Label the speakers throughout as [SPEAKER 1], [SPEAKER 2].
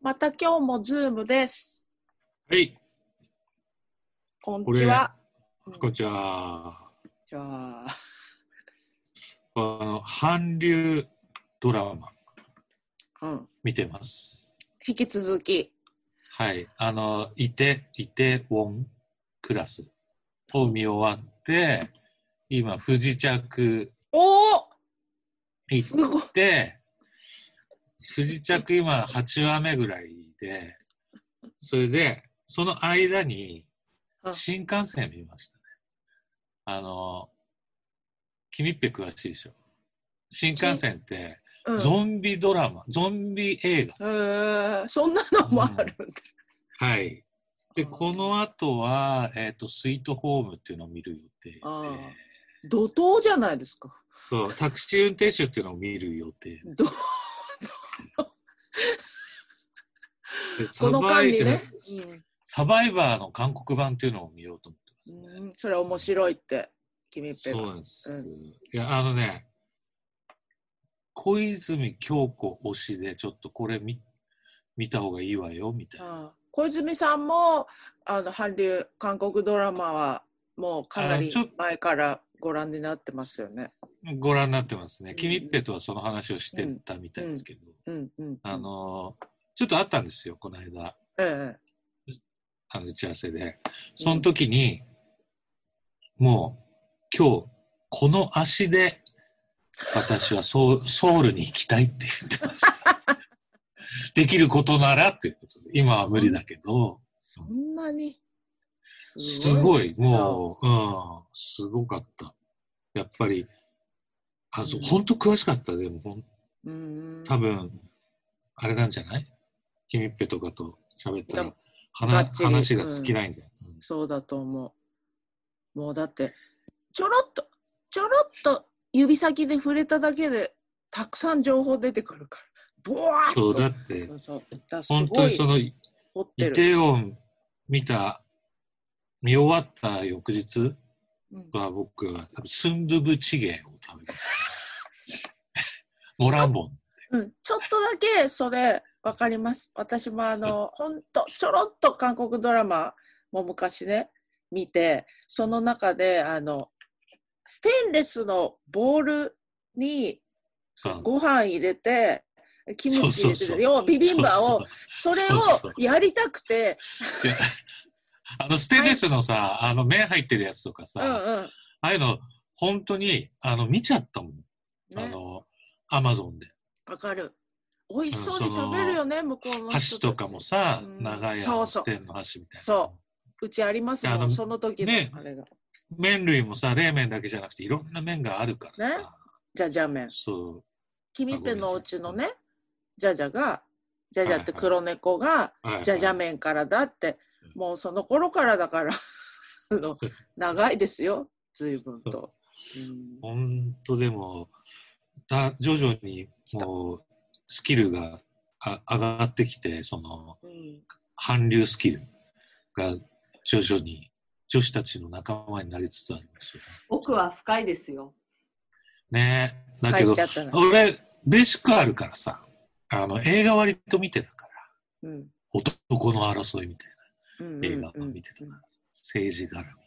[SPEAKER 1] また今日もズームです。
[SPEAKER 2] はい、
[SPEAKER 1] こんにちは。うん
[SPEAKER 2] こ
[SPEAKER 1] こん
[SPEAKER 2] んに
[SPEAKER 1] に
[SPEAKER 2] ちは。
[SPEAKER 1] ちは。
[SPEAKER 2] あの韓流ドラマ
[SPEAKER 1] うん。
[SPEAKER 2] 見てます。
[SPEAKER 1] 引き続き。
[SPEAKER 2] はい、あのイテイテウォンクラスを見終わって、今不時着
[SPEAKER 1] おおす
[SPEAKER 2] 行
[SPEAKER 1] ごい
[SPEAKER 2] って、不時着今8話目ぐらいで、それでその間に
[SPEAKER 1] うん
[SPEAKER 2] 新幹線見ましたね。あの君っぺ詳しいでしょ。新幹線って。
[SPEAKER 1] うん、
[SPEAKER 2] ゾンビドラマ、ゾンビ映画。
[SPEAKER 1] えー、そんなのもあるんだ。
[SPEAKER 2] はい。で、
[SPEAKER 1] うん
[SPEAKER 2] この後は、えっ、と、スイートホームっていうのを見る予定で、
[SPEAKER 1] うん怒涛じゃないですか。
[SPEAKER 2] そう、タクシー運転手っていうのを見る予定で
[SPEAKER 1] ど
[SPEAKER 2] で
[SPEAKER 1] この間にね、
[SPEAKER 2] サバイサバイバーの韓国版っていうのを見ようと思って
[SPEAKER 1] うん
[SPEAKER 2] ます、ね。
[SPEAKER 1] うん。それ面白いって、君っぺ
[SPEAKER 2] そう
[SPEAKER 1] が。
[SPEAKER 2] なんです、
[SPEAKER 1] う
[SPEAKER 2] いや、あのね、小泉京子推しで、ちょっとこれ見見た方がいいわよ、みたいな。
[SPEAKER 1] うん小泉さんも、あの、韓流、韓国ドラマは、もうかな
[SPEAKER 2] あ
[SPEAKER 1] り
[SPEAKER 2] ちょっと
[SPEAKER 1] 前からご覧になってますよね。
[SPEAKER 2] ご覧になってます
[SPEAKER 1] う
[SPEAKER 2] ね。
[SPEAKER 1] ん
[SPEAKER 2] 君っぺとはその話をしてたみたいですけど、
[SPEAKER 1] うんうん。
[SPEAKER 2] あ、のーちょっとあったんですよ、この間、
[SPEAKER 1] ええ
[SPEAKER 2] あの打ち合わせで。その時に、もう、今日、この足で、私はソウソウルに行きたいって言ってま した。できることならっていうことで、今は無理だけど、
[SPEAKER 1] そんなに。
[SPEAKER 2] すごい、もう、うん、すごかった。やっぱり、あ、そう
[SPEAKER 1] うん
[SPEAKER 2] 本当詳しかった、でも、ほん
[SPEAKER 1] う。うん。
[SPEAKER 2] 多分あれなんじゃない君っぺとかと喋った
[SPEAKER 1] い
[SPEAKER 2] ら
[SPEAKER 1] やが
[SPEAKER 2] 話
[SPEAKER 1] っちり
[SPEAKER 2] 話が尽きないんじゃない、
[SPEAKER 1] そうだと思う。もうだって、ちょろっと、ちょろっと指先で触れただけで、たくさん情報出てくるから。ぼわーっ
[SPEAKER 2] そ
[SPEAKER 1] と。
[SPEAKER 2] うだって
[SPEAKER 1] うんそうだからす
[SPEAKER 2] 本当
[SPEAKER 1] ご
[SPEAKER 2] に
[SPEAKER 1] い
[SPEAKER 2] そのイ
[SPEAKER 1] 掘ってる。
[SPEAKER 2] テウォン見た見終わった翌日
[SPEAKER 1] うん
[SPEAKER 2] は僕は多分スンドゥブチゲを食べ たモランボン
[SPEAKER 1] うん、ちょっとだけそれわかります。私もあの、ほんと、ちょろっと韓国ドラマも昔ね、見て、その中で、あの、ステンレスのボールに
[SPEAKER 2] さん
[SPEAKER 1] ご飯入れて、キムチ入
[SPEAKER 2] そう
[SPEAKER 1] れ
[SPEAKER 2] そう
[SPEAKER 1] て
[SPEAKER 2] そう
[SPEAKER 1] る、要はビビンバ
[SPEAKER 2] そう
[SPEAKER 1] を、それを
[SPEAKER 2] そうそう
[SPEAKER 1] やりたくて、
[SPEAKER 2] そういやあのステンレスのさ、あの麺入ってるやつとか
[SPEAKER 1] う
[SPEAKER 2] さ、
[SPEAKER 1] ん
[SPEAKER 2] あ
[SPEAKER 1] う
[SPEAKER 2] あいうの本当にあの見ちゃったもん、
[SPEAKER 1] ん。
[SPEAKER 2] あ
[SPEAKER 1] ね、
[SPEAKER 2] のアマゾンで
[SPEAKER 1] わかる。美味しそうに食べるよね、向こうの人たち。
[SPEAKER 2] 箸とかもさ、
[SPEAKER 1] うん
[SPEAKER 2] 長いあ
[SPEAKER 1] そう
[SPEAKER 2] の
[SPEAKER 1] そう
[SPEAKER 2] ステンの箸みたいな。
[SPEAKER 1] そううちあります
[SPEAKER 2] あ
[SPEAKER 1] もん、
[SPEAKER 2] の
[SPEAKER 1] その時の
[SPEAKER 2] ね
[SPEAKER 1] あれが。
[SPEAKER 2] 麺類もさ、冷麺だけじゃなくていろんな麺があるからさ。
[SPEAKER 1] ねじゃじゃ麺。
[SPEAKER 2] そう。
[SPEAKER 1] 君っぺのお家のね、じゃじゃが、じ
[SPEAKER 2] は
[SPEAKER 1] ゃ
[SPEAKER 2] い
[SPEAKER 1] じゃって黒猫が、
[SPEAKER 2] はいはい
[SPEAKER 1] じゃじゃ麺からだって
[SPEAKER 2] う、ん
[SPEAKER 1] もうその頃からだから、 あの長いですよ、随分と。うん
[SPEAKER 2] ほんとでも、だ徐々にもうスキルがあ上がってきて、その、
[SPEAKER 1] うん
[SPEAKER 2] 韓流スキルが徐々に女子たちの仲間になりつつありますよ
[SPEAKER 3] 奥は深いですよ。
[SPEAKER 2] ね。ねだ
[SPEAKER 1] 入
[SPEAKER 2] け
[SPEAKER 1] っ
[SPEAKER 2] ど
[SPEAKER 1] ち、ゃったな。
[SPEAKER 2] 俺、ベーシックあるからさ、あの、映画割と見てたから、
[SPEAKER 1] うん
[SPEAKER 2] 男の争いみたいな。
[SPEAKER 1] うん
[SPEAKER 2] 映画
[SPEAKER 1] う
[SPEAKER 2] を
[SPEAKER 1] ん
[SPEAKER 2] 見てたから、政治絡み。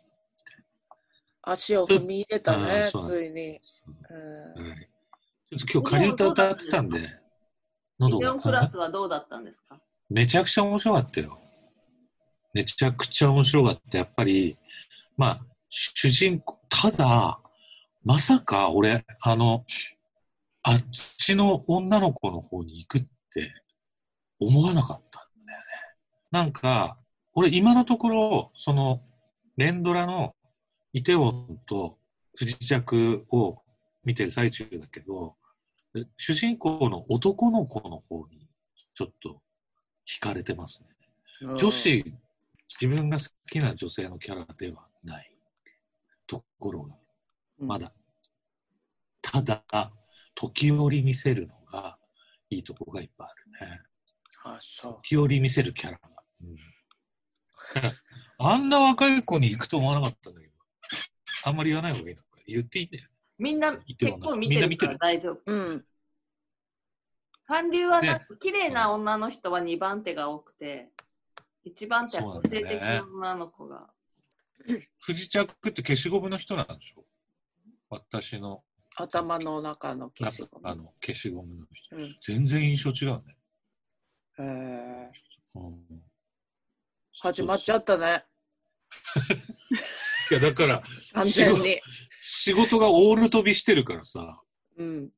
[SPEAKER 1] 足を踏み入れたね、
[SPEAKER 2] うんそう
[SPEAKER 1] ついに。
[SPEAKER 2] は
[SPEAKER 1] う
[SPEAKER 2] い、ちょっと今日仮歌歌ってたんで、
[SPEAKER 3] ビ
[SPEAKER 2] 喉
[SPEAKER 3] デオ
[SPEAKER 2] が
[SPEAKER 3] クラスはどうだったんですか
[SPEAKER 2] めちゃくちゃ面白かったよ。めちゃくちゃ面白かった。やっぱり、まあ、主人公、ただ、まさか俺、あの、あっちの女の子の方に行くって思わなかったんだよね。なんか、俺今のところ、その、連ドラのイテウォンと不時着を見てる最中だけど、え主人公の男の子の方にちょっと惹かれてますね。
[SPEAKER 1] ん
[SPEAKER 2] 女、子、自分が好きな女性のキャラではないところが、
[SPEAKER 1] うん
[SPEAKER 2] ま。だ。ただ、時折見せるのがいいとこがいっぱいあるね。
[SPEAKER 1] あ、そう。
[SPEAKER 2] 時折見せるキャラが。 あんな若い子に行くと思わなかったんだけど、あんまり言わない方がいいのか。言っていいんだよ。
[SPEAKER 3] みんな
[SPEAKER 2] 見ては
[SPEAKER 3] 結
[SPEAKER 2] ない
[SPEAKER 3] 構見てるから大丈夫。
[SPEAKER 1] うん。
[SPEAKER 3] 韓流はなんか綺麗
[SPEAKER 2] う
[SPEAKER 3] な女の人は2番手が多くて、1番手は
[SPEAKER 2] そ
[SPEAKER 3] 個性
[SPEAKER 2] う
[SPEAKER 3] 的
[SPEAKER 2] なんだよ
[SPEAKER 3] な
[SPEAKER 2] ね
[SPEAKER 3] 女の子が。
[SPEAKER 2] 不時着って消しゴムの人なんでしょ私の
[SPEAKER 1] 頭の中の消しゴ
[SPEAKER 2] あ
[SPEAKER 1] ム。
[SPEAKER 2] の消しゴムの人。
[SPEAKER 1] うん
[SPEAKER 2] 全然印象違うね。
[SPEAKER 1] へえ
[SPEAKER 2] うん
[SPEAKER 1] 始まっちゃったね。
[SPEAKER 2] いやだから
[SPEAKER 1] 完全
[SPEAKER 2] 仕事
[SPEAKER 1] に。
[SPEAKER 2] 仕事がオール飛びしてるからさ
[SPEAKER 1] うん。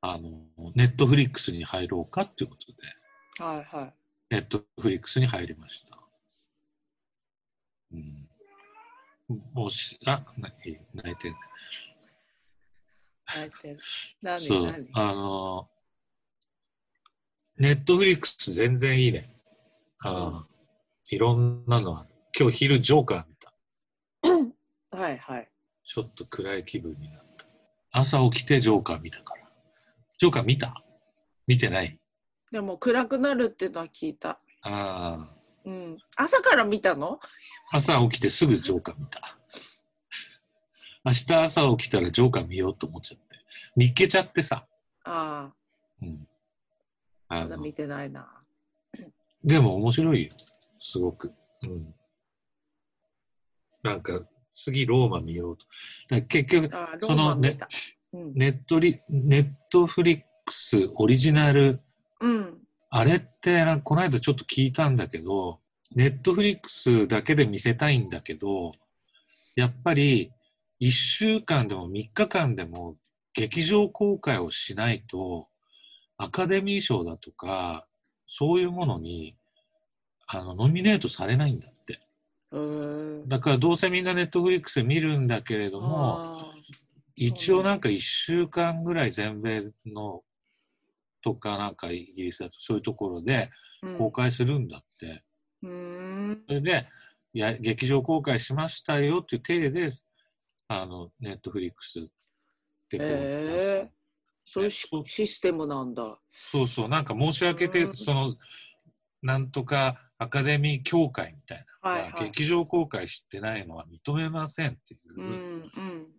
[SPEAKER 2] あのネットフリックスに入ろうかっていうことで
[SPEAKER 1] はいはい。
[SPEAKER 2] ネットフリックスに入りました。うん。もうし、あ、な泣いてる。
[SPEAKER 1] 泣いてる。何
[SPEAKER 2] そう
[SPEAKER 1] 何、
[SPEAKER 2] あのー、ネットフリックス全然いいね。あーいろんなのある。今日昼ジョーカー見た。
[SPEAKER 1] はいはい。
[SPEAKER 2] ちょっと暗い気分になった。朝起きてジョーカー見たから。ジョーカー見た見てない
[SPEAKER 1] でも暗くなるっていうのは聞いた。
[SPEAKER 2] ああ。
[SPEAKER 1] うん。朝から見たの
[SPEAKER 2] 朝起きてすぐジョーカー見た。明日朝起きたらジョーカー見ようと思っちゃって。見っけちゃってさ。
[SPEAKER 1] あ
[SPEAKER 2] うん。
[SPEAKER 1] あ、
[SPEAKER 2] あ
[SPEAKER 1] まだ
[SPEAKER 2] の
[SPEAKER 1] 見てないな。
[SPEAKER 2] でも面白いよ。すごく。うん。なんか、次ローマ見ようと。だから結局、
[SPEAKER 1] ああ、ロ
[SPEAKER 2] そ
[SPEAKER 1] ーマ
[SPEAKER 2] のね
[SPEAKER 1] 見た。うん。
[SPEAKER 2] ネットリ、ネットフリックスオリジナル、
[SPEAKER 1] うん。
[SPEAKER 2] あれって、なんかこの間ちょっと聞いたんだけど、ネットフリックスだけで見せたいんだけど、やっぱり1週間でも3日間でも劇場公開をしないと、アカデミー賞だとか、そういうものに、あの、ノミネートされないんだって。
[SPEAKER 1] うーん。
[SPEAKER 2] だからどうせみんなネットフリックスで見るんだけれども、
[SPEAKER 1] あ
[SPEAKER 2] 一応なんか1週間ぐらい全米のとかなんかイギリスだとそういうところで
[SPEAKER 1] ーうん
[SPEAKER 2] 公開するんだって。
[SPEAKER 1] うーん。
[SPEAKER 2] それでいや劇場公開しましたよっていう体であのネットフリックスでこう出す、
[SPEAKER 1] えーそういうシ
[SPEAKER 2] そう
[SPEAKER 1] システムなんだ。
[SPEAKER 2] そうそうなんか申し訳て、
[SPEAKER 1] うん
[SPEAKER 2] そのなんとかアカデミー協会みたいな、
[SPEAKER 1] はいはい。
[SPEAKER 2] 劇場公開してないのは認めませんっていうう、
[SPEAKER 1] んうん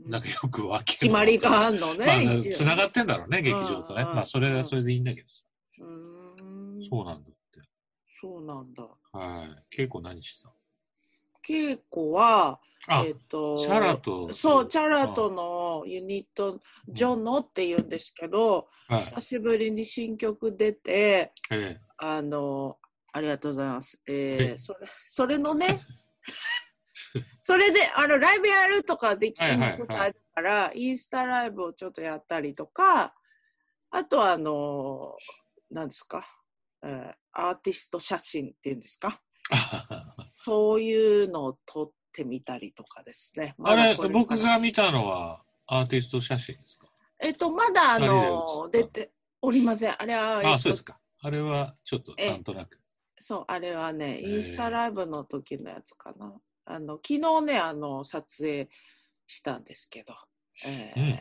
[SPEAKER 1] うん。
[SPEAKER 2] なんかよくわけ
[SPEAKER 1] 決まりがあるのね。
[SPEAKER 2] まあ
[SPEAKER 1] 一応
[SPEAKER 2] つながってんだろうね劇場とね、
[SPEAKER 1] うんうん
[SPEAKER 2] まあそれはそれでいいんだけどさ、
[SPEAKER 1] うーん。
[SPEAKER 2] そうなんだって
[SPEAKER 1] そうなんだ。
[SPEAKER 2] はい結構何してた
[SPEAKER 1] 稽古は、
[SPEAKER 2] あ、
[SPEAKER 1] えっ、と、
[SPEAKER 2] チャラと
[SPEAKER 1] そう、チャラとのユニット、ジョノって言うんですけど、
[SPEAKER 2] はい、
[SPEAKER 1] 久しぶりに新曲出て、
[SPEAKER 2] え
[SPEAKER 1] あの、ありがとうございます。えー、それ、それのね、 それで、あの、ライブやるとかでき
[SPEAKER 2] はいはいはい
[SPEAKER 1] 今ちょっとあれだから、インスタライブをちょっとやったりとか、あとは、あの、なんですか、えーアーティスト写真っていうんですか、
[SPEAKER 2] え
[SPEAKER 1] そういうのを撮ってみたりとかですね。ま
[SPEAKER 2] あ
[SPEAKER 1] だ
[SPEAKER 2] れ、
[SPEAKER 1] こから
[SPEAKER 2] 僕が見たのはアーティスト写真ですか
[SPEAKER 1] えっと、まだ、あの、
[SPEAKER 2] 二人で
[SPEAKER 1] 出
[SPEAKER 2] 写った
[SPEAKER 1] ておりません。あれは、えっ
[SPEAKER 2] あ
[SPEAKER 1] と
[SPEAKER 2] そうですか。あれはちょっと
[SPEAKER 1] ええ
[SPEAKER 2] なんとなく。
[SPEAKER 1] そう、あれはね、
[SPEAKER 2] えー
[SPEAKER 1] インスタライブの時のやつかな。あの、昨日ね、あの、撮影したんですけど、えー
[SPEAKER 2] うん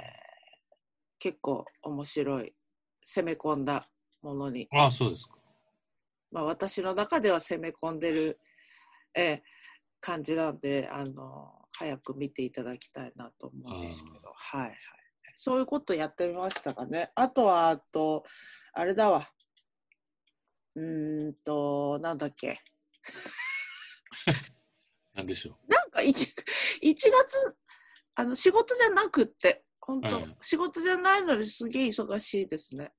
[SPEAKER 1] 結構面白い、攻め込んだものに、
[SPEAKER 2] あそうですか。
[SPEAKER 1] まあ、私の中では攻め込んでる、えー感じなんで、あの、早く見ていただきたいなと思うんですけど、はいはい。そういうことやってみましたかね。あとは、あと、あれだわ。うーんと、なんだっけ。
[SPEAKER 2] なんでしょ
[SPEAKER 1] なんか 1, 1月あの仕事じゃなくって本当、
[SPEAKER 2] うん
[SPEAKER 1] 仕事じゃないのにすげえ忙しいですね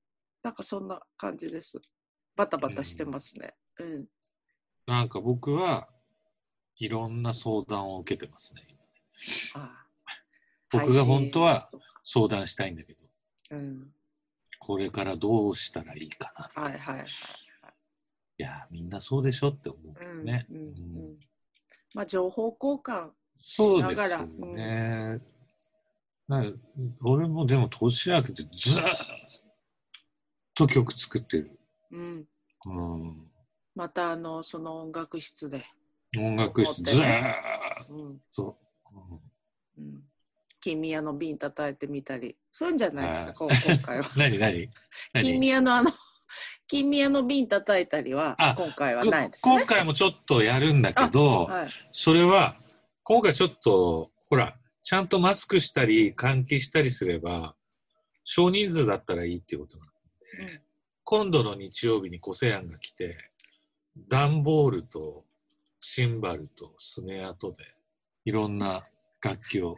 [SPEAKER 1] なんかそんな感じですバタバタしてますねうん、
[SPEAKER 2] う。なんか僕はいろんな相談を受けてますね。
[SPEAKER 1] ああ
[SPEAKER 2] 僕が本当は
[SPEAKER 1] 配信とか
[SPEAKER 2] 相談したいんだけど、
[SPEAKER 1] うん
[SPEAKER 2] これからどうしたらいいかな。
[SPEAKER 1] はいはいはい
[SPEAKER 2] いやー、みんなそうでしょって思うけ
[SPEAKER 1] う
[SPEAKER 2] ど
[SPEAKER 1] ん、
[SPEAKER 2] ね。
[SPEAKER 1] うん
[SPEAKER 2] うん
[SPEAKER 1] うんまあ情報交換
[SPEAKER 2] そうで
[SPEAKER 1] しな
[SPEAKER 2] す
[SPEAKER 1] がら
[SPEAKER 2] ね。なんか俺もでも年明けてずーっと曲作ってる。
[SPEAKER 1] うん
[SPEAKER 2] うん、
[SPEAKER 1] またあのその音楽室で、
[SPEAKER 2] 音楽室ずーっ
[SPEAKER 1] うん
[SPEAKER 2] と、うん
[SPEAKER 1] うん、金宮の瓶叩いてみたりそういうんじゃないです
[SPEAKER 2] は
[SPEAKER 1] か
[SPEAKER 2] い
[SPEAKER 1] こう今回は
[SPEAKER 2] 何何
[SPEAKER 1] 金
[SPEAKER 2] 何
[SPEAKER 1] 宮のあの金宮の瓶叩いたりは
[SPEAKER 2] あ
[SPEAKER 1] 今回はないです
[SPEAKER 2] 今
[SPEAKER 1] ね。
[SPEAKER 2] 回もちょっとやるんだけど、
[SPEAKER 1] はい、
[SPEAKER 2] それは今回ちょっとほらちゃんとマスクしたり換気したりすれば少人数だったらいいっていうことなの今度の日曜日にコセアンが来て、段ボールとシンバルとスネアとで、いろんな楽器を、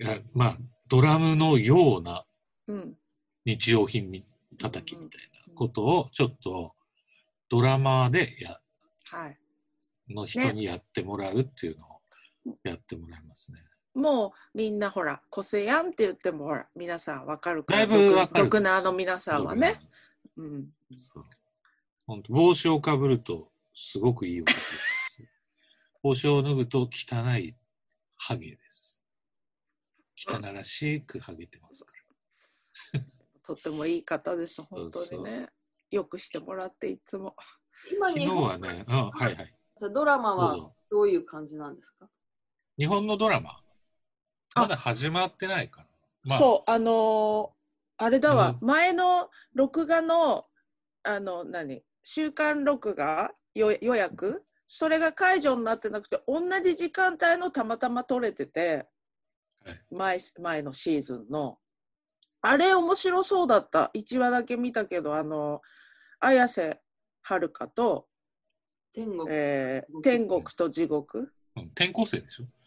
[SPEAKER 2] いやまあ、ドラムのような
[SPEAKER 1] うん。
[SPEAKER 2] 日用品み叩きみたいなことを、ちょっとドラマーでや、
[SPEAKER 1] はい。
[SPEAKER 2] の人にやってもらうっていうのをやってもらいますね。
[SPEAKER 1] もうみんなほら、個性やんって言ってもほら、皆さんわかるから、
[SPEAKER 2] だいぶわ
[SPEAKER 1] 毒
[SPEAKER 2] かる
[SPEAKER 1] 毒なの皆さんはね。うん。
[SPEAKER 2] そう。本当帽子をかぶるとすごくいい音がします。帽子を脱ぐと汚いハゲです。汚らしくハゲてますから。
[SPEAKER 1] とってもいい方です、
[SPEAKER 2] そ
[SPEAKER 1] 本
[SPEAKER 2] う
[SPEAKER 1] 当
[SPEAKER 2] そう
[SPEAKER 1] にね。よくしてもらって、いつも。
[SPEAKER 3] 今
[SPEAKER 2] 昨
[SPEAKER 3] 日
[SPEAKER 2] 日
[SPEAKER 3] 本
[SPEAKER 2] はね、うん、はいはい。
[SPEAKER 3] ドラマ
[SPEAKER 2] どう
[SPEAKER 3] は
[SPEAKER 2] ぞ。
[SPEAKER 3] どういう感じなんですか
[SPEAKER 2] 日本のドラマ
[SPEAKER 1] あ
[SPEAKER 2] まだ始まってないから。まあ、
[SPEAKER 1] そう、あのーあれだわ、
[SPEAKER 2] う
[SPEAKER 1] 前の録画の、あの、何、週間録画よ予約、それが解除になってなくて、同じ時間帯のたまたま撮れてて、
[SPEAKER 2] は
[SPEAKER 1] 前
[SPEAKER 2] い
[SPEAKER 1] 前のシーズンの。あれ面白そうだった。1話だけ見たけど、あの、綾瀬はるかと、
[SPEAKER 3] 天国。
[SPEAKER 1] えー天国と地獄。
[SPEAKER 2] うん転校生でしょ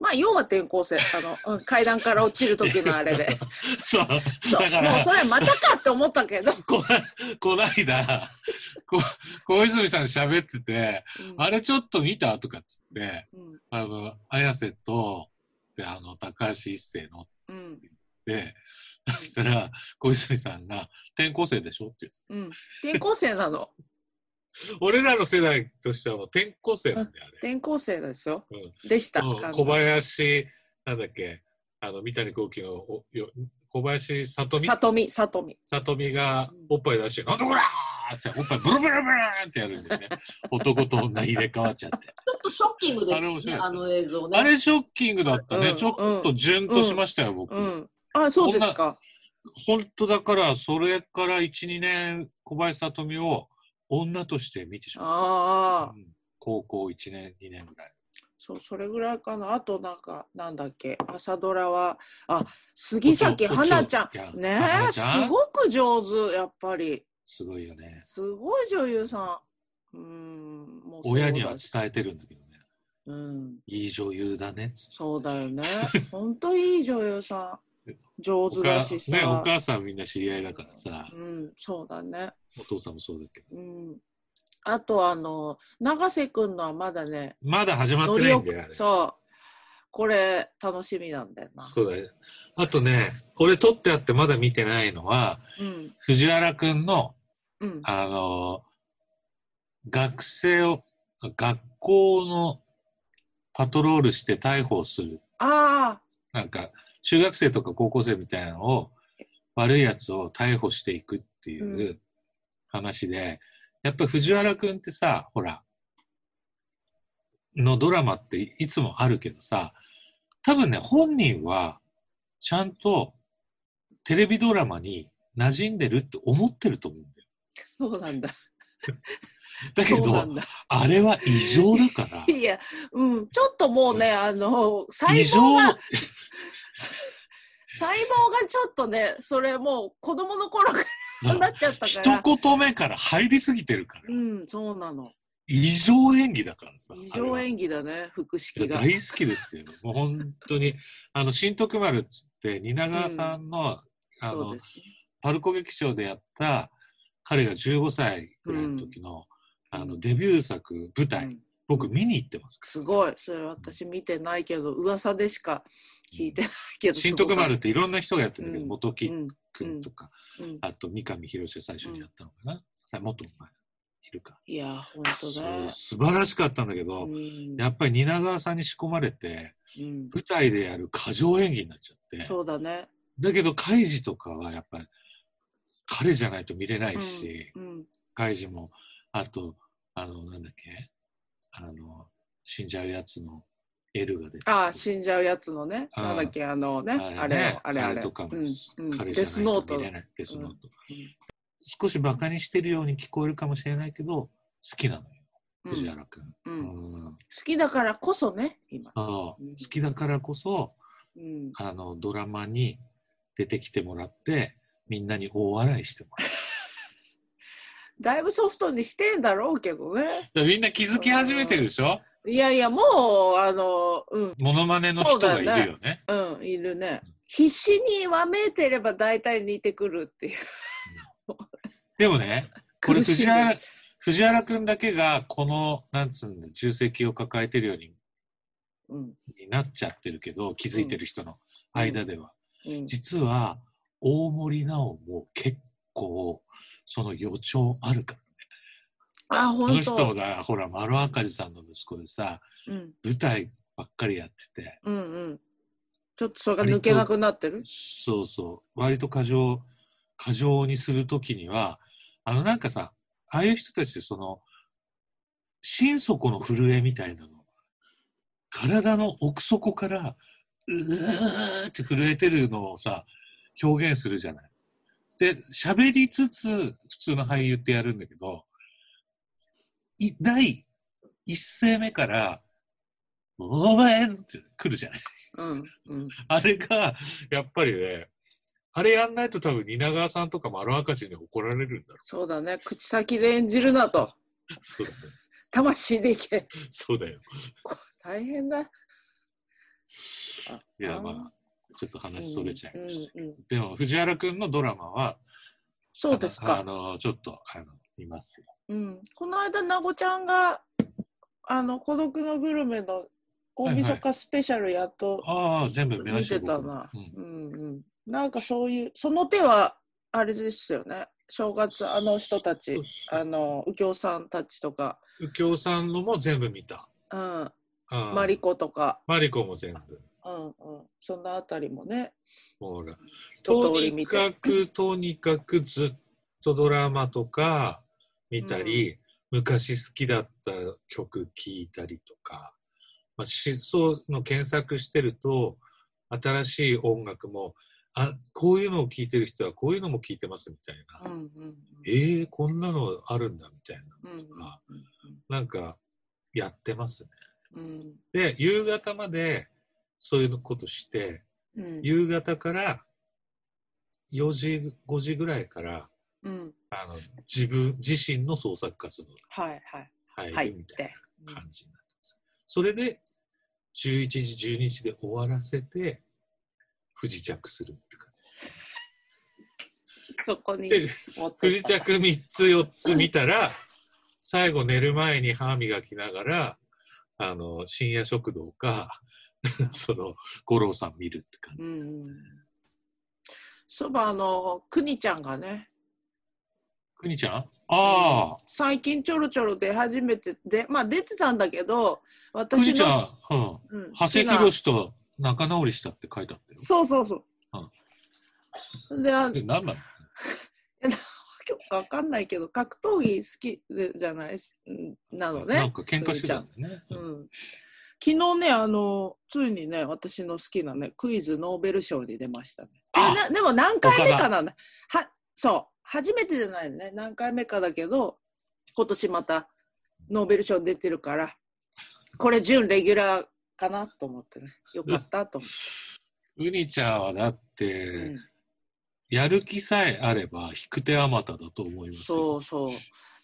[SPEAKER 1] まあ、要は転校生、あの、うん階段から落ちる時のあれで。
[SPEAKER 2] そう。
[SPEAKER 1] そう、
[SPEAKER 2] だから
[SPEAKER 1] もうそれまたかって思ったけど。
[SPEAKER 2] こ、 こないだ、こ、小泉さん喋ってて、あれちょっと見たとかっつって、
[SPEAKER 1] うん
[SPEAKER 2] あの、綾瀬と、で、あの、高橋一生乗っ
[SPEAKER 1] うん
[SPEAKER 2] て、そしたら、小泉さんが、転校生でしょって言うん
[SPEAKER 1] うん、転校生なの
[SPEAKER 2] です俺らの世代としてはもう転校生なんだよ、あれ。
[SPEAKER 1] 転校生ですよ、
[SPEAKER 2] う
[SPEAKER 1] でした
[SPEAKER 2] そう小林、なんだっけ、あの、三谷幸喜の、およ小林さとみ
[SPEAKER 1] さとみさとみ
[SPEAKER 2] さとみがおっぱい出して、なんだこらーっておっぱいブルブルブルーンってやるんでね、男と女入れ替わっちゃって。
[SPEAKER 3] ちょっとショッキングです
[SPEAKER 2] あれ面白
[SPEAKER 3] ね、
[SPEAKER 2] い
[SPEAKER 3] あの映像ね。
[SPEAKER 2] あれショッキングだったね。
[SPEAKER 1] うん
[SPEAKER 2] ちょっとジュンとしましたよ、僕。
[SPEAKER 1] うんあそうですか
[SPEAKER 2] 本当だから、それから1、2年、小林さとみを女として見てしまった。
[SPEAKER 1] ああ
[SPEAKER 2] うん高校1年、2年ぐらい。
[SPEAKER 1] そうそれぐらいかなあとなんかなんだっけ朝ドラはあ杉咲花ちゃ
[SPEAKER 2] おちょいや
[SPEAKER 1] んね
[SPEAKER 2] 花
[SPEAKER 1] え
[SPEAKER 2] ち
[SPEAKER 1] す
[SPEAKER 2] ゃん
[SPEAKER 1] ごく上手やっぱり
[SPEAKER 2] すごいよね。
[SPEAKER 1] すごい女優さんうんもうそうだ
[SPEAKER 2] 親には伝えてるんだけどね。
[SPEAKER 1] うん
[SPEAKER 2] いい女優だねっつって。
[SPEAKER 1] そうだよ ね本当いい女優さん上手
[SPEAKER 2] お
[SPEAKER 1] だ
[SPEAKER 2] 母
[SPEAKER 1] し
[SPEAKER 2] ね、お
[SPEAKER 1] さ、
[SPEAKER 2] 母さんみんな知り合いだからさ、
[SPEAKER 1] うんそうだね
[SPEAKER 2] お父さんもそうだけど。
[SPEAKER 1] うんあとあの永瀬くんのはまだね
[SPEAKER 2] まだ始まっ
[SPEAKER 1] 乗
[SPEAKER 2] て
[SPEAKER 1] り
[SPEAKER 2] ないん
[SPEAKER 1] 遅
[SPEAKER 2] だよ、あれ。
[SPEAKER 1] そうこれ楽しみなんだよな
[SPEAKER 2] そうだね。あとね、俺撮ってあってまだ見てないのは、
[SPEAKER 1] うん
[SPEAKER 2] 藤原くんの、
[SPEAKER 1] うん
[SPEAKER 2] あのー学生を、学校のパトロールして逮捕する。
[SPEAKER 1] あ
[SPEAKER 2] なんか、中学生とか高校生みたいなのを、悪いやつを逮捕していくっていうう話で、やっぱり藤原くんってさ、ほら、のドラマっていつもあるけどさ、多分ね、本人は、ちゃんとテレビドラマに馴染んでるって思ってると思うんだよ。
[SPEAKER 1] あそうなんだ
[SPEAKER 2] だ
[SPEAKER 1] そ
[SPEAKER 2] け
[SPEAKER 1] うな
[SPEAKER 2] ど、
[SPEAKER 1] んだ
[SPEAKER 2] あれは異常 だから、
[SPEAKER 1] いやうんちょっともうねあの細
[SPEAKER 2] 異常
[SPEAKER 1] 胞が細胞がちょっとねそれもう子供の頃からそう なっちゃった
[SPEAKER 2] 一
[SPEAKER 1] から
[SPEAKER 2] 言目から入りすぎてるから、
[SPEAKER 1] うんそうなの
[SPEAKER 2] 異常演技だからさ。
[SPEAKER 1] 異常演技だね腹式が
[SPEAKER 2] 大好きですよ。もう本当に、あの、新徳丸っつって、蜷川さんの、あ
[SPEAKER 1] そう
[SPEAKER 2] の
[SPEAKER 1] で、すね
[SPEAKER 2] パルコ劇場でやった、彼が15歳ぐらいの時の、
[SPEAKER 1] うん
[SPEAKER 2] あの、デビュー作、舞台、
[SPEAKER 1] うん
[SPEAKER 2] 僕見に行ってます。
[SPEAKER 1] すごいそれ私見てないけど噂でしか聞いてないけど
[SPEAKER 2] 新徳丸っ
[SPEAKER 1] す
[SPEAKER 2] ていろんな人がやってるけど、
[SPEAKER 1] うん
[SPEAKER 2] 元
[SPEAKER 1] ご
[SPEAKER 2] 木
[SPEAKER 1] かった
[SPEAKER 2] 君とか、
[SPEAKER 1] うんうん
[SPEAKER 2] あと三上博史が最初にやったのかな。あもっと前、いるか。
[SPEAKER 1] いや本当だ
[SPEAKER 2] そう素晴らしかったんだけど、
[SPEAKER 1] うん
[SPEAKER 2] やっぱり蜷川さんに仕込まれて、
[SPEAKER 1] うん
[SPEAKER 2] 舞台でやる過剰演技になっちゃって。
[SPEAKER 1] そうだね
[SPEAKER 2] だけど、カイジとかはやっぱり、彼じゃないと見れないし、
[SPEAKER 1] うん
[SPEAKER 2] カイジも、あと、あの、なんだっけ、あの、死んじゃうやつのエルが出て
[SPEAKER 1] ああ死んじゃうやつのね
[SPEAKER 2] あー
[SPEAKER 1] なんだっけあのねあれ
[SPEAKER 2] ね
[SPEAKER 1] をあれあれ
[SPEAKER 2] とかも、
[SPEAKER 1] うんうん
[SPEAKER 2] 彼じ
[SPEAKER 1] デ
[SPEAKER 2] ゃ
[SPEAKER 1] ス
[SPEAKER 2] な
[SPEAKER 1] ノー
[SPEAKER 2] いと
[SPEAKER 1] ト
[SPEAKER 2] 見れない。デスノート。
[SPEAKER 1] うん
[SPEAKER 2] 少しバカにしてるように聞こえるかもしれないけど、好きなのよ、
[SPEAKER 1] うん
[SPEAKER 2] 藤原くん。
[SPEAKER 1] う
[SPEAKER 2] う
[SPEAKER 1] 好
[SPEAKER 2] んん
[SPEAKER 1] きだからこそね今
[SPEAKER 2] そう
[SPEAKER 1] うん
[SPEAKER 2] 好きだからこそ、
[SPEAKER 1] うん
[SPEAKER 2] あの、ドラマに出てきてもらって、みんなに大笑いしてもらう。
[SPEAKER 1] 外部ソフトにしてんだろうけどね。
[SPEAKER 2] みんな気づき始めてるでしょ
[SPEAKER 1] いやいや、もう、あの、うん、
[SPEAKER 2] モノマネの人がいるよね。
[SPEAKER 1] うん、いるね。必死にわめいてれば大体似てくるっていう。
[SPEAKER 2] でもね、これ
[SPEAKER 1] 苦し
[SPEAKER 2] 藤
[SPEAKER 1] んでる
[SPEAKER 2] 原、藤原くんだけが、この、なんつうんだ、重責を抱えてるように
[SPEAKER 1] うん、
[SPEAKER 2] になっちゃってるけど、気づいてる人の間では。
[SPEAKER 1] うん、
[SPEAKER 2] 実は、大森奈緒も結構、その予兆あるから。
[SPEAKER 1] あ、
[SPEAKER 2] この
[SPEAKER 1] 本
[SPEAKER 2] 人
[SPEAKER 1] 当。
[SPEAKER 2] が、ほら、丸赤字さんの息子でさ、
[SPEAKER 1] うん、
[SPEAKER 2] 舞台ばっかりやってて、
[SPEAKER 1] うん、うん。ちょっとそれが抜けなくなってる。
[SPEAKER 2] そうそう、割と過剰、過剰にするときには、あのなんかさ、ああいう人たちってその、心底の震えみたいなの、体の奥底から、うーって震えてるのをさ、表現するじゃない。で、喋りつつ、普通の俳優ってやるんだけど、い第一声目から、お前って来るじゃない。
[SPEAKER 1] うん、うん。
[SPEAKER 2] あれが、やっぱりね、あれやんないと多分、蜷川さんとか丸赤字に怒られるんだろ
[SPEAKER 1] そうだね。口先で演じるなと。
[SPEAKER 2] う。そうだね。
[SPEAKER 1] 魂でいけ。
[SPEAKER 2] そうだよ。
[SPEAKER 1] こ大変だ。
[SPEAKER 2] いや、ま
[SPEAKER 1] あ
[SPEAKER 2] あ、ちょっと話それちゃいました。
[SPEAKER 1] うんうんうん
[SPEAKER 2] でも、藤原くんのドラマは、
[SPEAKER 1] そうです
[SPEAKER 2] あ
[SPEAKER 1] か。
[SPEAKER 2] の、ちょっと、あの、見ますよ。
[SPEAKER 1] うん、この間、なごちゃんが、あの、孤独のグルメの大晦日スペシャルやっと
[SPEAKER 2] ああ、全部見ま
[SPEAKER 1] 見
[SPEAKER 2] した
[SPEAKER 1] て
[SPEAKER 2] よ
[SPEAKER 1] た
[SPEAKER 2] 僕も
[SPEAKER 1] な
[SPEAKER 2] う。
[SPEAKER 1] うんうん。なんかそういう、その手は、あれですよね。正月、あの人たち
[SPEAKER 2] そう、そう
[SPEAKER 1] あの、右京さんたちとか、
[SPEAKER 2] 右京さんのも全部見た。
[SPEAKER 1] うん、
[SPEAKER 2] ああ
[SPEAKER 1] マリ。コとか、
[SPEAKER 2] マリコも全部。
[SPEAKER 1] うんうん、そのあたりもね、
[SPEAKER 2] ほら。
[SPEAKER 1] 一
[SPEAKER 2] と
[SPEAKER 1] 通り
[SPEAKER 2] に
[SPEAKER 1] 見
[SPEAKER 2] か
[SPEAKER 1] て。
[SPEAKER 2] く、とにかくずっとドラマとか見たり、昔好きだった曲聴いたりとか、まあ、しそういうの検索してると、新しい音楽も、あ、こういうのを聴いてる人はこういうのも聴いてますみたいな。
[SPEAKER 1] うんうんうん。
[SPEAKER 2] えー、こんなのあるんだみたい
[SPEAKER 1] うんうん
[SPEAKER 2] な。なんか、やってますね。
[SPEAKER 1] うん
[SPEAKER 2] で、夕方まで、そういうことして、
[SPEAKER 1] うん
[SPEAKER 2] 夕方から、4時、5時ぐらいから、
[SPEAKER 1] うん。
[SPEAKER 2] あの自分自身の創作活動に
[SPEAKER 1] はいはい。入
[SPEAKER 2] 入
[SPEAKER 1] っ
[SPEAKER 2] るみたい
[SPEAKER 1] て。
[SPEAKER 2] な感じになってます。それで11時12時で終わらせて不時着するって感
[SPEAKER 1] そこに
[SPEAKER 2] じ。で
[SPEAKER 1] 持って
[SPEAKER 2] 不
[SPEAKER 1] っ
[SPEAKER 2] 時
[SPEAKER 1] た
[SPEAKER 2] 着3つ4つ見たら最後寝る前に歯磨きながらあの深夜食堂か その五郎さん見るって感
[SPEAKER 1] う
[SPEAKER 2] じ
[SPEAKER 1] ん
[SPEAKER 2] です。
[SPEAKER 1] うん。そういえばあの、くにちゃんがね、
[SPEAKER 2] くにちゃんあ
[SPEAKER 1] 最近ちょろちょろ出始めてでまあ出てたんだけど
[SPEAKER 2] あ、く
[SPEAKER 1] 私
[SPEAKER 2] にちゃん、
[SPEAKER 1] の、
[SPEAKER 2] うん、
[SPEAKER 1] うん、
[SPEAKER 2] 長谷
[SPEAKER 1] 好き
[SPEAKER 2] 博と仲直りしたって書いてあったよ
[SPEAKER 1] な。そうそうそう、であ
[SPEAKER 2] それ何なの
[SPEAKER 1] わかんないけど格闘技好きでじゃないしんなの
[SPEAKER 2] なん
[SPEAKER 1] ね、
[SPEAKER 2] か喧嘩してたんだよね。
[SPEAKER 1] うん、昨日ねあのついにね私の好きなねクイズノーベル賞に出ましたね
[SPEAKER 2] あ
[SPEAKER 1] でなでも何回目かなんだはそう初めてじゃないのね何回目かだけど今年またノーベル賞出てるからこれ準レギュラーかなと思ってねよかったと思っ
[SPEAKER 2] ウニちゃんはだっ
[SPEAKER 1] て、
[SPEAKER 2] て、
[SPEAKER 1] うん
[SPEAKER 2] やる気さえあれば引く手あまただと思います
[SPEAKER 1] そ
[SPEAKER 2] よ
[SPEAKER 1] うそう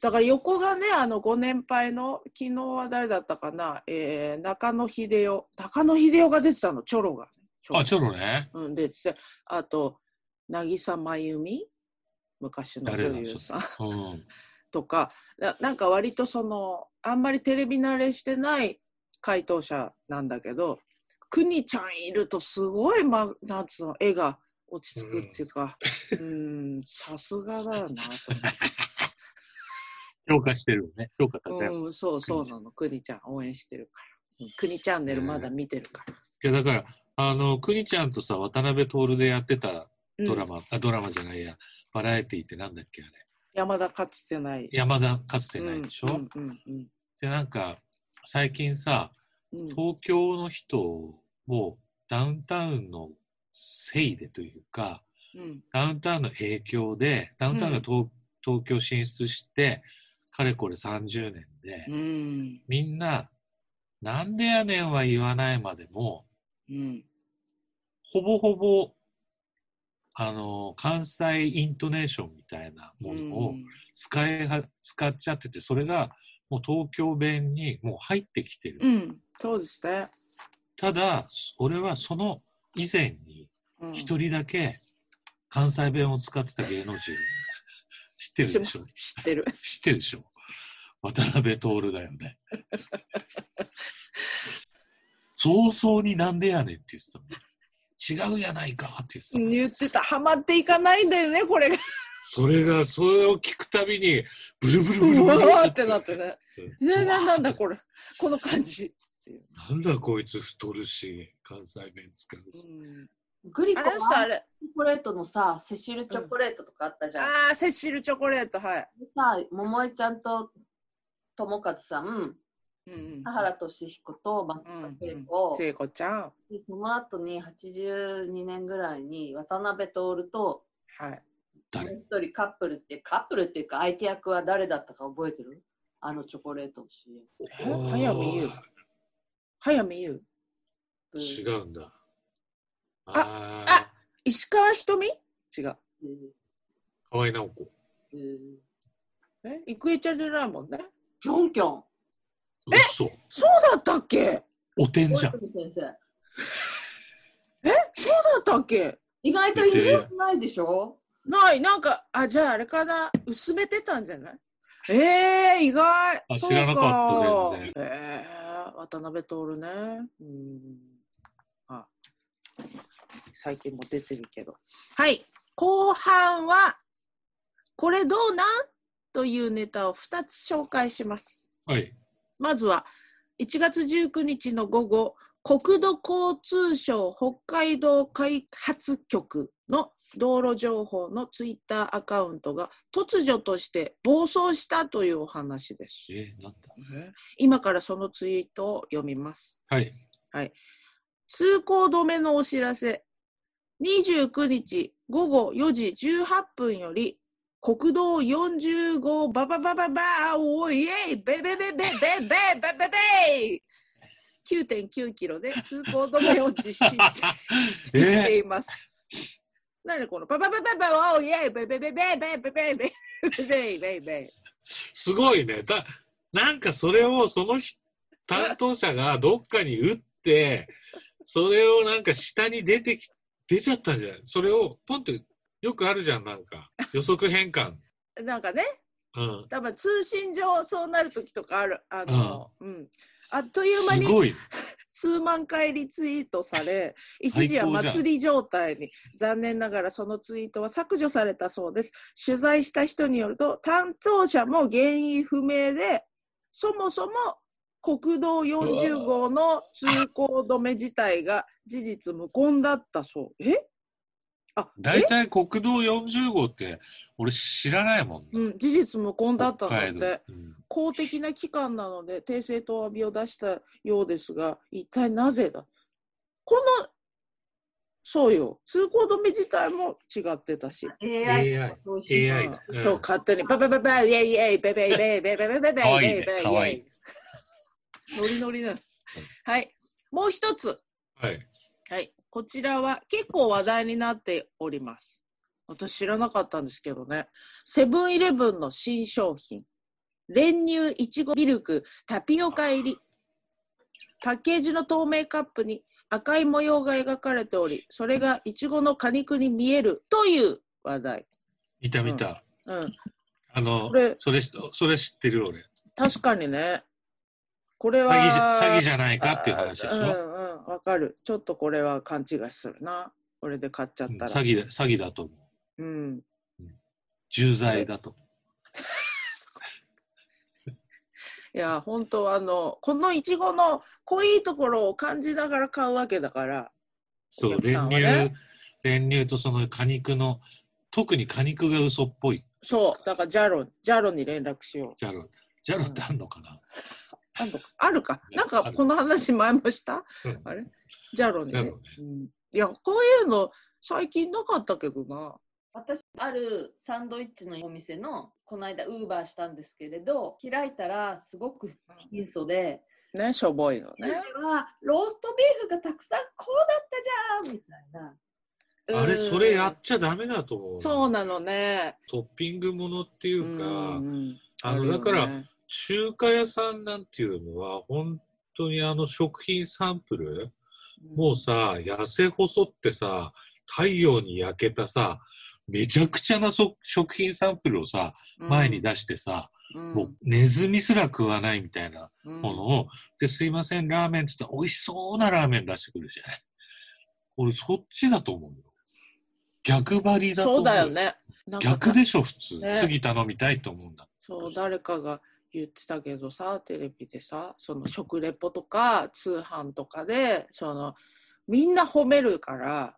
[SPEAKER 1] だから横がねあのご年配の昨日は誰だったかな、えー中野秀夫中野秀夫が出てたのチョロがチョロ
[SPEAKER 2] あちょっとね
[SPEAKER 1] うん、でつってあと渚真由美昔の女
[SPEAKER 2] 誰だ
[SPEAKER 1] 優さん
[SPEAKER 2] うん
[SPEAKER 1] とかななんか割とそのあんまりテレビ慣れしてない回答者なんだけどくにちゃんいるとすごい、ま、なんつうの絵が落ち着くっていうかうーんさすがだよなと
[SPEAKER 2] 評価してるよ ね評価高い、
[SPEAKER 1] 思、
[SPEAKER 2] いう
[SPEAKER 1] うん、そうそうなのくにちゃん応援してるからくにチャンネルまだ見てるから、
[SPEAKER 2] やだからあのくにちゃんとさ渡辺徹でやってた
[SPEAKER 1] うん
[SPEAKER 2] ドラマ、あドラマじゃないやバラエティってなんだっけあれ
[SPEAKER 1] 山田かつてない
[SPEAKER 2] 山田かつてないでしょ、
[SPEAKER 1] うんうんうん
[SPEAKER 2] でなんか最近さ
[SPEAKER 1] うんうん
[SPEAKER 2] 東京の人をダウンタウンのせいでというか、
[SPEAKER 1] うん
[SPEAKER 2] ダウンタウンの影響で、ダウンタウンが東,、東京進出して、かれこれ30年で、
[SPEAKER 1] うん
[SPEAKER 2] みんな、なんでやねんは言わないまでも、
[SPEAKER 1] うん
[SPEAKER 2] ほぼほぼ、あの、関西イントネーションみたいなものを使いは、使っちゃってて、それがもう東京弁にもう入ってきてる。
[SPEAKER 4] うん。
[SPEAKER 1] そうですね。
[SPEAKER 2] ただ、俺はその以前に
[SPEAKER 1] うん
[SPEAKER 2] 一人だけ関西弁を使ってた芸能人、知ってるでしょ
[SPEAKER 1] 知ってる。
[SPEAKER 2] 知ってるでしょ渡辺徹だよね。早々になんでやねんって言ってたもん。違うやないかって言ってたもん。
[SPEAKER 1] 言ってた。ハマっていかないんだよね、こ れが。
[SPEAKER 2] それが、それを聞くたびに、ブルブルブル
[SPEAKER 1] う
[SPEAKER 2] ブル
[SPEAKER 1] わーってなって ね。
[SPEAKER 2] うん
[SPEAKER 1] ねななんだ
[SPEAKER 2] れ。
[SPEAKER 1] これ。この感じ。
[SPEAKER 2] なんだこいつ太るし、関西弁使うし。
[SPEAKER 3] グリコ
[SPEAKER 1] あ
[SPEAKER 3] の
[SPEAKER 1] れ人あれ。
[SPEAKER 3] チョコレートのさ、セシルチョコレートとかあったじゃん。
[SPEAKER 1] ああ、セシルチョコレート、はい。
[SPEAKER 3] さ、桃江ちゃんと友和さん、
[SPEAKER 1] うん
[SPEAKER 3] 田原俊彦と松田聖子、
[SPEAKER 1] 聖子ちゃん。
[SPEAKER 3] でその後に82年ぐらいに渡辺徹と
[SPEAKER 1] はい。
[SPEAKER 3] も
[SPEAKER 2] 誰
[SPEAKER 3] う一人カップルってカップルっていうか相手役は誰だったか覚えてるあのチョコレートの CM。
[SPEAKER 1] え早見優。早見優。
[SPEAKER 2] 違うんだ。
[SPEAKER 1] あ
[SPEAKER 2] あ
[SPEAKER 1] あ石川ひとみ違う。
[SPEAKER 3] ブー
[SPEAKER 2] あ、河合直子。
[SPEAKER 3] ブー
[SPEAKER 1] え郁恵ちゃんじゃないもんね。
[SPEAKER 3] キョンキョン。
[SPEAKER 2] 嘘。
[SPEAKER 1] そうだったっけ
[SPEAKER 2] おてんじゃん
[SPEAKER 3] 覚。えてる先生
[SPEAKER 1] そうだったっけ
[SPEAKER 3] 意外と印象ないでしょ
[SPEAKER 1] ない、なんか、あ、じゃああれかな。薄めてたんじゃないえー、意外。
[SPEAKER 2] あ
[SPEAKER 1] そう
[SPEAKER 2] 知らなかった全然
[SPEAKER 1] えー、渡辺徹ね。うん。あ。最近も出てるけど。はい。後半は、これどうなんというネタを2つ紹介します。
[SPEAKER 2] はい。
[SPEAKER 1] まずは1月19日の午後、国土交通省北海道開発局の道路情報のツイッターアカウントが突如として暴走したというお話です。
[SPEAKER 2] えー、なんだ。
[SPEAKER 1] 今からそのツイートを読みます。
[SPEAKER 2] はい。
[SPEAKER 1] 通行止めのお知らせ。29日午後4時18分より、国道45バババババーおいえいベベベベベベベベベ9.9キロで通行止めを実施 し実施しています。なんでこのバババババおいえいベベベベベベベベベベベベ
[SPEAKER 2] すごいね。だなんかそれをその日担当者がどっかに打って、それをなんか下に出てき、出ちゃったんじゃないそれをポンってよくあるじゃん、なんか。予測変換。
[SPEAKER 1] なんかね、
[SPEAKER 2] うん。
[SPEAKER 1] 多分通信上そうなる時とかある。あの、うん。あっという間
[SPEAKER 2] す
[SPEAKER 1] に
[SPEAKER 2] ごい。
[SPEAKER 1] 数万回リツイートされ、一時は祭り状態に、残念ながらそのツイートは削除されたそうです。取材した人によると、担当者も原因不明で、そもそも国道40号の通行止め自体が事実無根だったそう。えあ、
[SPEAKER 2] 大体国道40号って俺知らないもん
[SPEAKER 1] う
[SPEAKER 2] な。
[SPEAKER 1] ん、事実無根だったんだ
[SPEAKER 2] 北
[SPEAKER 1] っ
[SPEAKER 2] 海道
[SPEAKER 1] て。
[SPEAKER 2] うん
[SPEAKER 1] 公的な機関なので訂正とお詫びを出したようですが一体なぜだこのそうよ通行止め自体も違ってたし、
[SPEAKER 3] AI と
[SPEAKER 2] AI
[SPEAKER 3] かそういう
[SPEAKER 2] AI だうん
[SPEAKER 1] そう勝手にババババイエイエイベベイベイベベベベベ
[SPEAKER 2] かわいい
[SPEAKER 1] ベ
[SPEAKER 2] ね
[SPEAKER 1] ベベ
[SPEAKER 2] かわいい
[SPEAKER 1] イノリノリなはいもう一つ
[SPEAKER 2] はい。
[SPEAKER 1] はいこちらは結構話題になっております私知らなかったんですけどねセブンイレブンの新商品練乳いちごミルクタピオカ入りパッケージの透明カップに赤い模様が描かれておりそれがいちごの果肉に見えるという話題、
[SPEAKER 2] 見た見た。
[SPEAKER 1] うん、
[SPEAKER 2] あの
[SPEAKER 1] こ、れ
[SPEAKER 2] それ、それ知ってる俺。
[SPEAKER 1] 確かにねこれは
[SPEAKER 2] 詐欺じゃ詐欺じゃないかっていう話でし
[SPEAKER 1] う
[SPEAKER 2] ょ。
[SPEAKER 1] んうんわかるちょっとこれは勘違いするなこれで買っちゃっ
[SPEAKER 2] うん
[SPEAKER 1] た
[SPEAKER 2] 詐
[SPEAKER 1] ら、
[SPEAKER 2] 欺だ、詐欺だと思う。
[SPEAKER 1] うん、
[SPEAKER 2] 重罪だと思う。
[SPEAKER 1] いや本当あのこのいちごの濃いところを感じながら買うわけだから
[SPEAKER 2] そ
[SPEAKER 1] お
[SPEAKER 2] う、
[SPEAKER 1] 客さん
[SPEAKER 2] 練
[SPEAKER 1] はね
[SPEAKER 2] 乳、練乳とその果肉の、特に果肉が嘘っぽい。
[SPEAKER 1] そうだからジャロジャロに連絡しよう
[SPEAKER 2] ジャロ、ジャロってあんのかな、
[SPEAKER 1] あんのかあるか。
[SPEAKER 2] ね
[SPEAKER 1] なん
[SPEAKER 2] あ
[SPEAKER 1] か
[SPEAKER 2] る
[SPEAKER 1] この話前もした
[SPEAKER 2] うん
[SPEAKER 1] あれジャロに
[SPEAKER 2] ジャ
[SPEAKER 1] ね
[SPEAKER 2] ロね。
[SPEAKER 1] うんいや、こういうの最近なかったけどな。
[SPEAKER 3] 私あるサンドイッチのお店のこの間ウーバーしたんですけれど開いたらすごく貧相で
[SPEAKER 1] ね、しょぼいの
[SPEAKER 3] 「これ
[SPEAKER 1] ね。
[SPEAKER 3] はローストビーフがたくさんこうだったじゃん!」みたいな
[SPEAKER 1] うん
[SPEAKER 2] あれ、それやっちゃダメだと思う。
[SPEAKER 1] そうなのね。
[SPEAKER 2] トッピングものっていうか、
[SPEAKER 1] ん
[SPEAKER 2] あ
[SPEAKER 1] る
[SPEAKER 2] の、
[SPEAKER 1] よね
[SPEAKER 2] だから、中華屋さんなんていうのは、本当にあの食品サンプル、もうさ、痩せ細ってさ、太陽に焼けたさ、めちゃくちゃなそ食品サンプルをさ、前に出してさ、
[SPEAKER 1] うん、
[SPEAKER 2] もうネズミすら食わないみたいな
[SPEAKER 1] うん
[SPEAKER 2] ものを、で、すいません、ラーメンって言ったら美味しそうなラーメン出してくるじゃない。俺、そっちだと思うよ。逆張りだと
[SPEAKER 1] そ
[SPEAKER 2] 思。
[SPEAKER 1] ううだよ。ね。なんか
[SPEAKER 2] 逆でしょ、普通。
[SPEAKER 1] ね
[SPEAKER 2] 次頼みたいと思うんだ。
[SPEAKER 1] そう誰かが言ってたけどさテレビでさその食レポとか通販とかでそのみんな褒めるから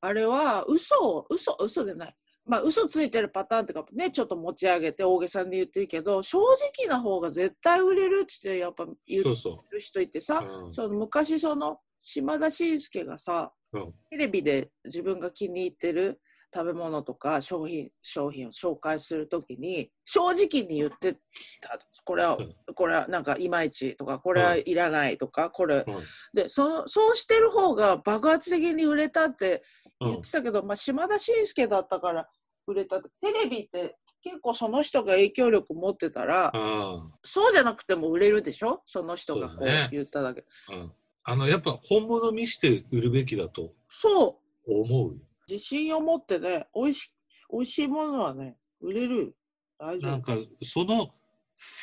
[SPEAKER 1] あれは嘘を嘘嘘でない。まあ嘘ついてるパターンとかねちょっと持ち上げて大げさに言ってるけど正直な方が絶対売れるってやっぱ言って
[SPEAKER 2] そうそ
[SPEAKER 1] る人いてさ
[SPEAKER 2] う。うん
[SPEAKER 1] その昔その島田紳介がさ、
[SPEAKER 2] うん
[SPEAKER 1] テレビで自分が気に入ってる食べ物とか商品商品を紹介するときに正直に言ってたこれは
[SPEAKER 2] うん
[SPEAKER 1] これはなんかいまいちとかこれはいらないとかこれ
[SPEAKER 2] うん
[SPEAKER 1] でそのそうしてる方が爆発的に売れたって
[SPEAKER 2] う
[SPEAKER 1] 言っ
[SPEAKER 2] ん
[SPEAKER 1] てたけど、まあ、島田紳介だったから売れたってテレビって結構その人が影響力持ってたら
[SPEAKER 2] あ
[SPEAKER 1] そうじゃなくても売れるでしょその人がこ
[SPEAKER 2] そうだね
[SPEAKER 1] う言っただけ。
[SPEAKER 2] あうんあの、やっぱ本物見して売るべきだと
[SPEAKER 1] そう
[SPEAKER 2] 思うよ。
[SPEAKER 1] 自信を持ってね、美味し美味しいものはね、売れるよ。大丈夫。
[SPEAKER 2] なんか、そのフ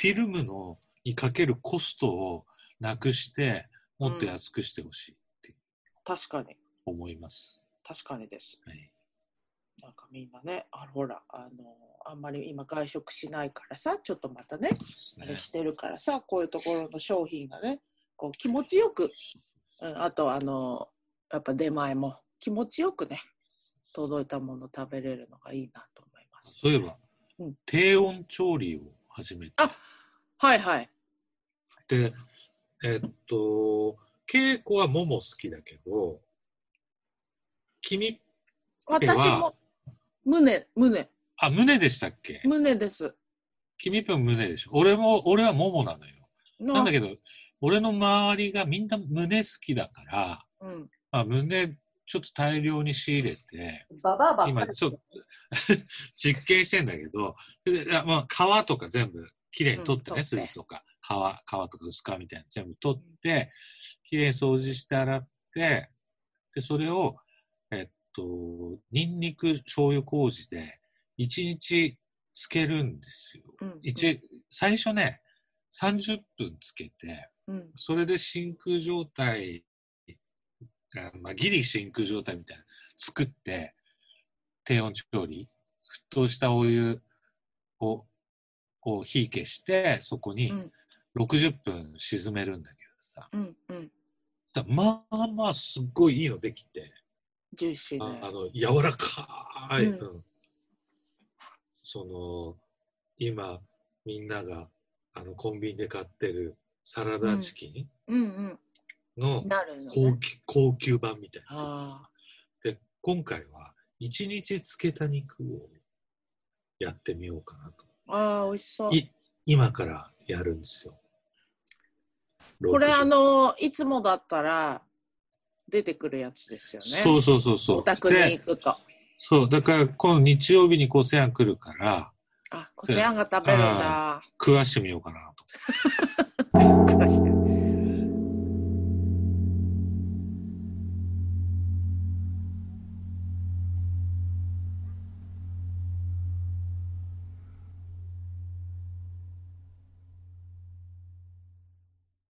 [SPEAKER 2] ィルムのにかけるコストをなくして、もっと安くしてほしいって
[SPEAKER 1] 確かに、
[SPEAKER 2] 思います。
[SPEAKER 1] 確かにです。
[SPEAKER 2] はい
[SPEAKER 1] なんかみんなね、あほら、あの、あんまり今外食しないからさ、ちょっとまたね、
[SPEAKER 2] そう
[SPEAKER 1] あ
[SPEAKER 2] で
[SPEAKER 1] れ
[SPEAKER 2] す
[SPEAKER 1] してるからさ、こういうところの商品がね、こう気持ちよく、うん、あとあの、やっぱ出前も気持ちよくね、届いたもの食べれるのがいいなと思います。
[SPEAKER 2] そういえば、
[SPEAKER 1] うん
[SPEAKER 2] 低温調理を始め
[SPEAKER 1] あはいはい。
[SPEAKER 2] て、えっと、稽古はもも好きだけど、君、
[SPEAKER 1] 私も、胸、胸、
[SPEAKER 2] あ、胸でしたっけ
[SPEAKER 1] 胸です。
[SPEAKER 2] 君ぷん胸でしょ。俺も、俺はももなのよ。な
[SPEAKER 1] なん
[SPEAKER 2] だけど、俺の周りがみんな胸好きだから、
[SPEAKER 1] うん。
[SPEAKER 2] まあ、胸ちょっと大量に仕入れて、
[SPEAKER 3] ババアばっか
[SPEAKER 2] 今
[SPEAKER 3] り
[SPEAKER 2] ちょっと 実験してんだけど、でいやまあ、皮とか全部きれいに取ってね、
[SPEAKER 1] うん取って
[SPEAKER 2] 筋とか、皮、皮とか薄皮みたいなの全部取って、きれいに掃除して洗って、で、それを、えっと、ニンニク、醤油麹で、1日つけるんですよ。
[SPEAKER 1] うん
[SPEAKER 2] 一、最初ね、30分つけて、
[SPEAKER 1] うん
[SPEAKER 2] それで真空状態、あまあ、ギリ真空状態みたいな、作って、低温調理、沸騰したお湯を、を火消して、そこ
[SPEAKER 1] う
[SPEAKER 2] に
[SPEAKER 1] ん
[SPEAKER 2] 60分沈めるんだけどさ。
[SPEAKER 1] うんうん
[SPEAKER 2] だまあまあ、すっごいいいのできて、
[SPEAKER 1] ジューシー
[SPEAKER 2] ああ
[SPEAKER 1] で。
[SPEAKER 2] の、柔らかい、
[SPEAKER 1] うん
[SPEAKER 2] うんその、今、みんなが、あの、コンビニで買ってるサラダチキ
[SPEAKER 1] うん
[SPEAKER 2] ンの、
[SPEAKER 1] うん。なるの
[SPEAKER 2] 高
[SPEAKER 1] ね。
[SPEAKER 2] 級高級版みたいな
[SPEAKER 1] あ。
[SPEAKER 2] で、今回は1日漬けた肉をやってみようかな
[SPEAKER 1] ああ、美味しそう
[SPEAKER 2] と。。い今からやるんですよ。
[SPEAKER 1] これ
[SPEAKER 2] 60
[SPEAKER 1] あ、のいつもだったら出てくるやつですよね。
[SPEAKER 2] そうそうそうそう。
[SPEAKER 1] お宅に行
[SPEAKER 2] で
[SPEAKER 1] くと。
[SPEAKER 2] そう、だからこの日曜日にこうセアン来るから、
[SPEAKER 1] あ、こせあんが食べるんだ。
[SPEAKER 2] 食わしてみようかなと。
[SPEAKER 1] 食わしてる